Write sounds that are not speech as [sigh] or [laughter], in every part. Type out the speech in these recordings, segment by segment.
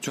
Tu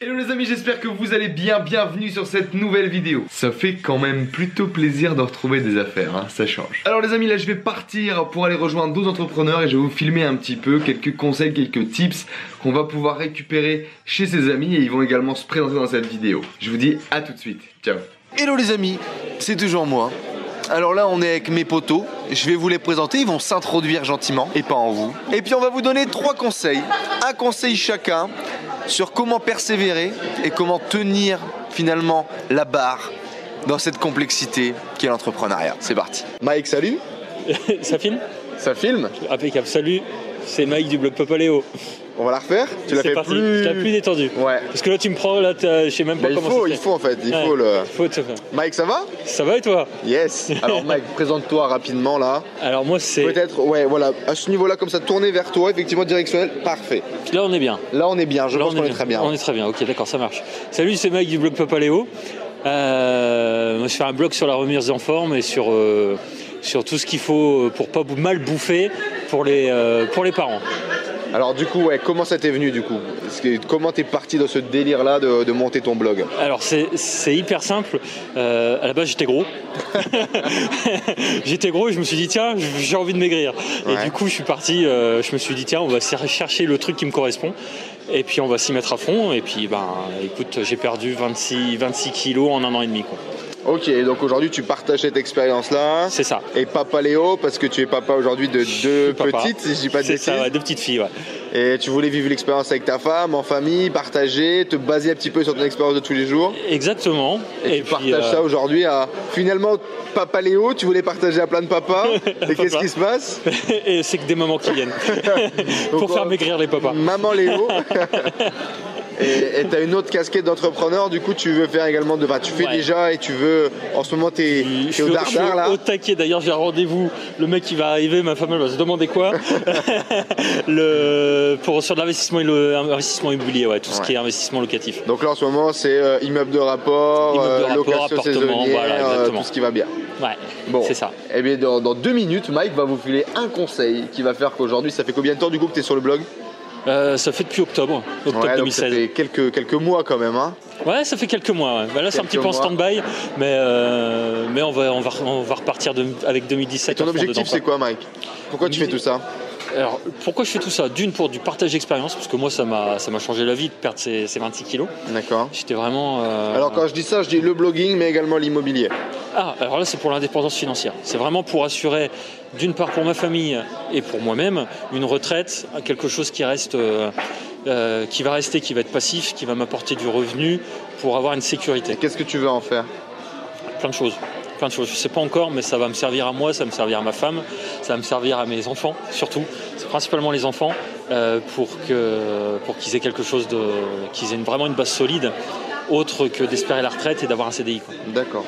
Hello les amis, j'espère que vous allez bien, bienvenue sur cette nouvelle vidéo. Ça fait quand même plutôt plaisir de retrouver des affaires, hein, ça change. Alors les amis, là je vais partir pour aller rejoindre d'autres entrepreneurs et je vais vous filmer un petit peu quelques conseils, quelques tips qu'on va pouvoir récupérer chez ces amis et ils vont également se présenter dans cette vidéo. Je vous dis à tout de suite, ciao. Hello les amis, c'est toujours moi. Alors là, on est avec mes potos. Je vais vous les présenter. Ils vont s'introduire gentiment et pas en vous. Et puis, on va vous donner trois conseils. Un conseil chacun sur comment persévérer et comment tenir finalement la barre dans cette complexité qu'est l'entrepreneuriat. C'est parti. Mike, salut. [laughs] Ça filme Ça filme. Impeccable, salut, c'est Mike du blog Papaleo. On va la refaire. Tu l'as C'est fait parti, plus. je t'ai plus détendu. Ouais. Parce que là tu me prends, là t'as- je sais même pas Bah, il comment faut, ça il se fait. faut en fait. Il Ouais, faut le. faut te faire. Mike, ça va Ça va et toi [laughs] Yes. Alors, Mike, présente-toi rapidement là. Alors moi c'est... Peut-être, ouais, voilà, à ce niveau-là, comme ça, tourné vers toi, effectivement, directionnel, parfait. Là on est bien. Là, on est bien, je Là, pense qu'on est très bien. On est très bien, ok d'accord ça marche. Salut c'est Mike du blog Papaléo. Euh, moi je fais un blog sur la remise en forme et sur, euh, sur tout ce qu'il faut pour pas bou- mal bouffer pour les, euh, pour les parents. Alors du coup, ouais, comment ça t'est venu du coup Parce que Comment t'es parti dans ce délire-là de, de monter ton blog Alors c'est c'est hyper simple. Euh, à la base j'étais gros. [laughs] j'étais gros et je me suis dit tiens j'ai envie de maigrir. Ouais. Et du coup je suis parti, euh, je me suis dit tiens on va cer- chercher le truc qui me correspond. Et puis on va s'y mettre à fond. Et puis ben écoute j'ai perdu 26, 26 kilos en un an et demi. quoi. Ok, donc aujourd'hui, tu partages cette expérience-là. C'est ça. Et papa Léo, parce que tu es papa aujourd'hui de Je deux suis papa. petites, si je dis pas de C'est bêtises. ça, ouais, deux petites filles. ouais. Et tu voulais vivre l'expérience avec ta femme, en famille, partager, te baser un petit peu sur ton expérience de tous les jours. Exactement. Et, tu partages euh, ça aujourd'hui à... Finalement, papa Léo, tu voulais partager à plein de [laughs] papas. et qu'est-ce qui se passe [laughs] et c'est que des mamans [laughs] qui viennent. Donc, Pour faire on- maigrir les papas. Maman [laughs] Léo. Et et t'as une autre casquette d'entrepreneur, du coup tu veux faire également de. Bah, tu fais Ouais. déjà et tu veux. En ce moment t'es Je t'es suis, au je suis dardard là. au taquet d'ailleurs, j'ai un rendez-vous, le mec il va arriver, ma femme elle va se demander quoi. [laughs] le, pour, sur de l'investissement immo- investissement immobilier, ouais, tout ce Ouais. qui est investissement locatif. Donc là en ce moment c'est euh, immeuble de rapport, euh, Immeuble de rapport, location appartement, saisonnière, voilà, euh, exactement. tout ce qui va bien. Ouais, Bon. c'est ça. Et Eh bien dans, dans deux minutes, Mike va vous filer un conseil qui va faire qu'aujourd'hui, ça fait combien de temps du coup que t'es sur le blog Euh, ça fait depuis octobre, octobre Ouais, donc ça 2016. fait quelques, quelques mois quand même. Hein. Ouais, ça fait quelques mois. ouais. Bah là c'est un Quelques petit peu en mois. stand-by, mais, euh, mais on, va, on, va, on va repartir de- avec 2017. Ton à fond dedans, objectif quoi. c'est quoi Mike Pourquoi tu fais tout ça Alors pourquoi je fais tout ça D'une pour du partage d'expérience, parce que moi ça m'a ça m'a changé la vie de perdre ces, ces 26 kilos. D'accord. J'étais vraiment. euh, Alors quand je dis ça, je dis le blogging mais également l'immobilier. Ah, alors là, c'est pour l'indépendance financière. C'est vraiment pour assurer, d'une part pour ma famille et pour moi-même, une retraite, quelque chose qui reste, euh, euh, qui va rester, qui va être passif, qui va m'apporter du revenu pour avoir une sécurité. Et qu'est-ce que tu veux en faire Plein de choses. Plein de choses. Je sais pas encore, mais ça va me servir à moi, ça va me servir à ma femme, ça va me servir à mes enfants, surtout. C'est principalement les enfants euh, pour que pour qu'ils aient quelque chose de, qu'ils aient une- vraiment une base solide, autre que d'espérer la retraite et d'avoir un CDI. quoi. D'accord.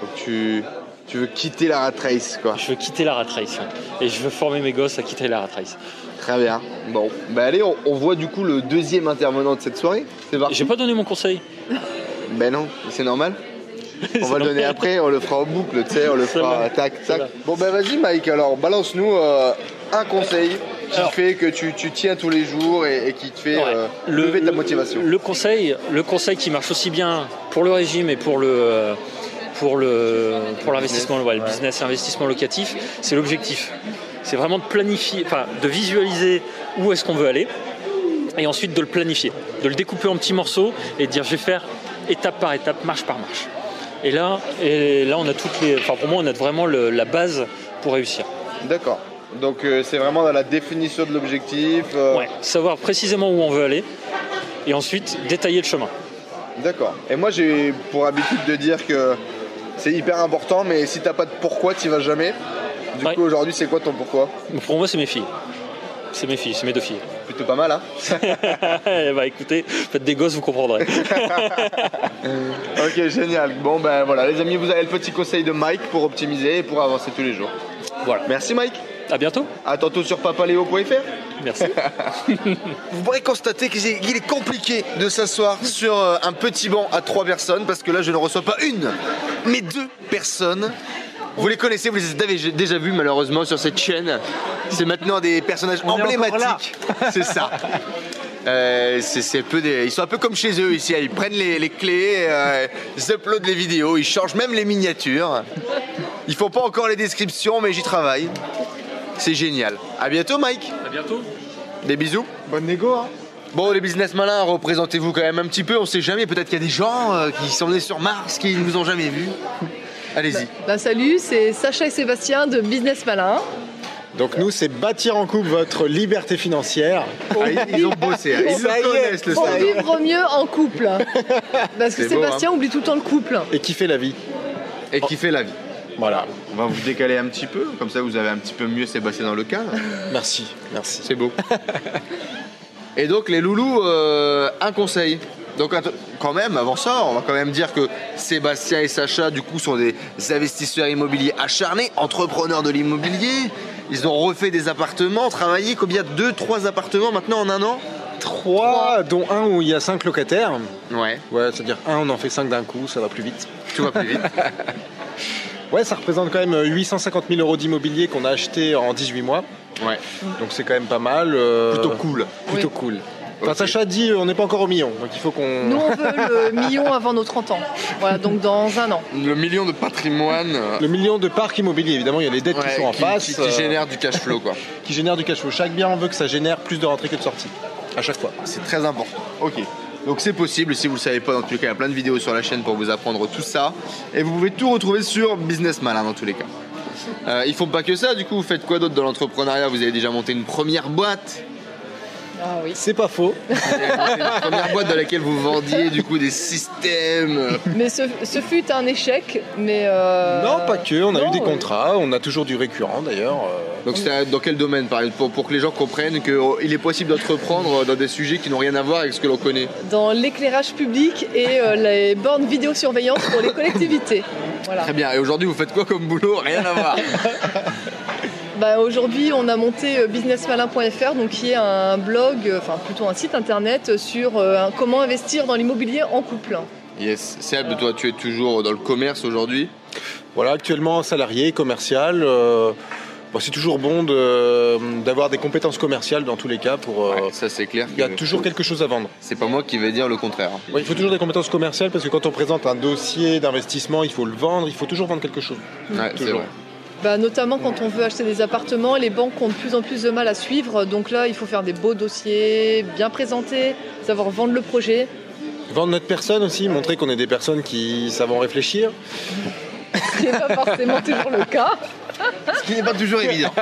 Donc tu, tu veux quitter la rat race, quoi. Je veux quitter la rat race ouais. et je veux former mes gosses à quitter la rat race. Très bien. Bon, bah allez, on, on voit du coup le deuxième intervenant de cette soirée. C'est parti. J'ai pas donné mon conseil. Ben non, c'est [laughs] normal. On va le donner après, on le fera en boucle, tu sais, on le Ça fera va. tac, Ça tac. va. Bon ben vas-y Mike, alors balance-nous euh, un conseil qui Alors. fait que tu, tu tiens tous les jours et, et qui te fait Ouais. euh, lever ta motivation. Le, conseil, le conseil qui marche aussi bien pour le régime et pour le pour le pour l'investissement, ouais, le Ouais. business, investissement locatif, c'est l'objectif. C'est vraiment de planifier, enfin de visualiser où est-ce qu'on veut aller et ensuite de le planifier, de le découper en petits morceaux et de dire je vais faire étape par étape, marche par marche. Et là, et là on a toutes les, enfin pour moi on a vraiment le- la base pour réussir. D'accord. Donc euh, c'est vraiment dans la définition de l'objectif. euh, Ouais, savoir précisément où on veut aller et ensuite détailler le chemin. D'accord. Et moi j'ai pour habitude de dire que c'est hyper important, mais si t'as pas de pourquoi, t'y vas jamais. Du Ouais. coup aujourd'hui c'est quoi ton pourquoi Pour moi, c'est mes filles. C'est mes filles, c'est mes deux filles. [laughs] Plutôt pas mal hein Eh bah écoutez, faites des gosses, vous comprendrez. Ok génial. Bon ben voilà les amis vous avez le petit conseil de Mike pour optimiser et pour avancer tous les jours. Voilà. Merci Mike À bientôt. À tantôt sur papaléo.fr. Merci. Vous pourrez constater que j'ai- qu'il est compliqué de s'asseoir sur euh, un petit banc à trois personnes parce que là je ne reçois pas une, mais deux personnes. Vous les connaissez, vous les avez déjà vus malheureusement sur cette chaîne. C'est maintenant des personnages est encore emblématiques. [laughs] C'est ça. Euh, c'est- c'est peu des- ils sont un peu comme chez eux ici. Ils prennent les, les clés, euh, ils uploadent les vidéos, ils changent même les miniatures. Ils font pas encore les descriptions, mais j'y travaille. C'est génial. À bientôt, Mike. À bientôt. Des bisous. Bonne négo, hein Bon, les business malins, représentez-vous quand même un petit peu. On sait jamais. Peut-être qu'il y a des gens euh, qui sont nés sur Mars qui ne nous ont jamais vus. Allez-y. Bah, Ben, salut, c'est Sacha et Sébastien de Business Malin. Donc nous, c'est bâtir en couple votre liberté financière. Ah, ils- ils ont bossé. hein. Ils Ça y est, le connaissent, le ça Pour y style. vivre au mieux en couple. Parce que C'est beau, hein. Sébastien oublie tout le temps le couple. Et kiffer la vie. Et qui fait la vie. Voilà. On va vous décaler un petit peu. Comme ça, vous avez un petit peu mieux Sébastien dans le cadre. Merci. Merci. C'est beau. [laughs] Et donc les loulous, euh, un conseil. Donc att- quand même, avant ça, on va quand même dire que Sébastien et Sacha, du coup, sont des investisseurs immobiliers acharnés, entrepreneurs de l'immobilier. Ils ont refait des appartements, travaillé combien Deux, trois appartements maintenant en un an Trois, dont un où il y a cinq locataires. Ouais, Ouais, c'est-à-dire un, on en fait cinq d'un coup, ça va plus vite. tout va plus vite. Ouais, ça représente quand même 850 000 euros d'immobilier qu'on a acheté en 18 mois. [laughs] Ouais, Donc c'est quand même pas mal. euh, plutôt cool. Plutôt cool. Enfin, Ok. Sacha dit, euh, on n'est pas encore au million, donc il faut qu'on... Nous, on veut le million avant nos 30 ans. Voilà, donc dans un an. Le million de patrimoine euh, Le million de parcs immobiliers, évidemment, il y a les dettes ouais, qui sont en passe, qui euh, génère du cash flow, quoi. qui génèrent du cash flow. Chaque bien, on veut que ça génère plus de rentrées que de sorties, à chaque fois. C'est très important. Ok. Donc c'est possible, si vous ne le savez pas, dans tous les cas, il y a plein de vidéos sur la chaîne pour vous apprendre tout ça. Et vous pouvez tout retrouver sur Business Malin, dans tous les cas. Euh, ils font pas que ça, du coup, vous faites quoi d'autre dans l'entrepreneuriat Vous avez déjà monté une première boîte, Ah oui. C'est pas faux. une première boîte dans laquelle vous vendiez du coup des systèmes. euh, Mais ce, ce fut un échec, mais. euh, Non, pas que, on a non, eu des euh, contrats, on a toujours du récurrent d'ailleurs. euh. Donc c'est dans quel domaine, par exemple, pour, pour que les gens comprennent qu'il est possible d'entreprendre dans des sujets qui n'ont rien à voir avec ce que l'on connaît. Dans l'éclairage public et euh, les bornes vidéosurveillance pour les collectivités. Voilà. Très bien. Et aujourd'hui, vous faites quoi comme boulot Rien à voir. Bah, Aujourd'hui, on a monté euh, businessmalin.fr, donc qui est un blog, euh, enfin plutôt un site internet sur euh, un- comment investir dans l'immobilier en couple. Yes. Seb, toi, tu es toujours dans le commerce aujourd'hui. Voilà, actuellement salarié, commercial. euh, bon, c'est toujours bon de- d'avoir des compétences commerciales dans tous les cas pour. euh, Ouais, Oh, ça, c'est clair. Il y a que- toujours quelque chose à vendre. C'est pas moi qui vais dire le contraire. Ouais, il faut toujours des compétences commerciales parce que quand on présente un dossier d'investissement, il faut le vendre, il faut toujours vendre quelque chose. Ouais, c'est Toujours. vrai. Bah, notamment quand on veut acheter des appartements, les banques ont de plus en plus de mal à suivre. Donc là, il faut faire des beaux dossiers, bien présentés, savoir vendre le projet. Vendre notre personne aussi, montrer qu'on est des personnes qui savent en réfléchir. Ce qui n'est pas forcément toujours le cas. Ce qui n'est pas toujours évident.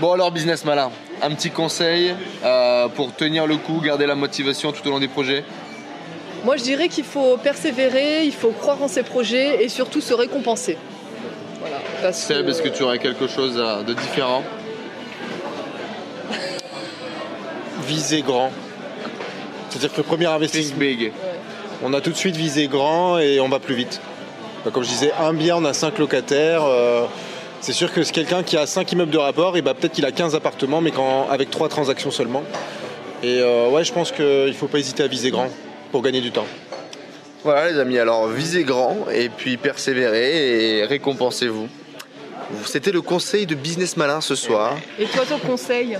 bon alors business malin, un petit conseil euh, pour tenir le coup, garder la motivation tout au long des projets. Moi, je dirais qu'il faut persévérer, il faut croire en ses projets et surtout se récompenser. Voilà. Parce Seb, est-ce que tu aurais quelque chose euh, de différent Viser grand. C'est-à-dire que le premier Think investissement. big. On a tout de suite visé grand et on va plus vite. Enfin, Comme je disais, un bien, on a cinq locataires. euh, c'est sûr que c'est quelqu'un qui a cinq immeubles de rapport, et bah, peut-être qu'il a 15 appartements, mais quand, avec trois transactions seulement. Et euh, ouais, je pense qu'il ne faut pas hésiter à viser grand pour gagner du temps. Voilà les amis, alors visez grand et puis persévérez et récompensez-vous. C'était le conseil de business malin ce soir. Et toi, ton conseil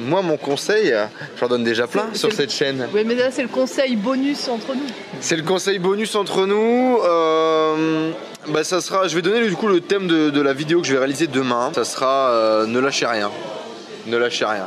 Moi mon conseil, euh, j'en donne déjà plein C'est- sur c'est- cette chaîne. Oui, mais là, c'est le conseil bonus entre nous. C'est le conseil bonus entre nous. Euh, bah, ça sera, je vais donner du coup le thème de, de la vidéo que je vais réaliser demain. Ça sera euh, ne lâchez rien. Ne lâchez rien.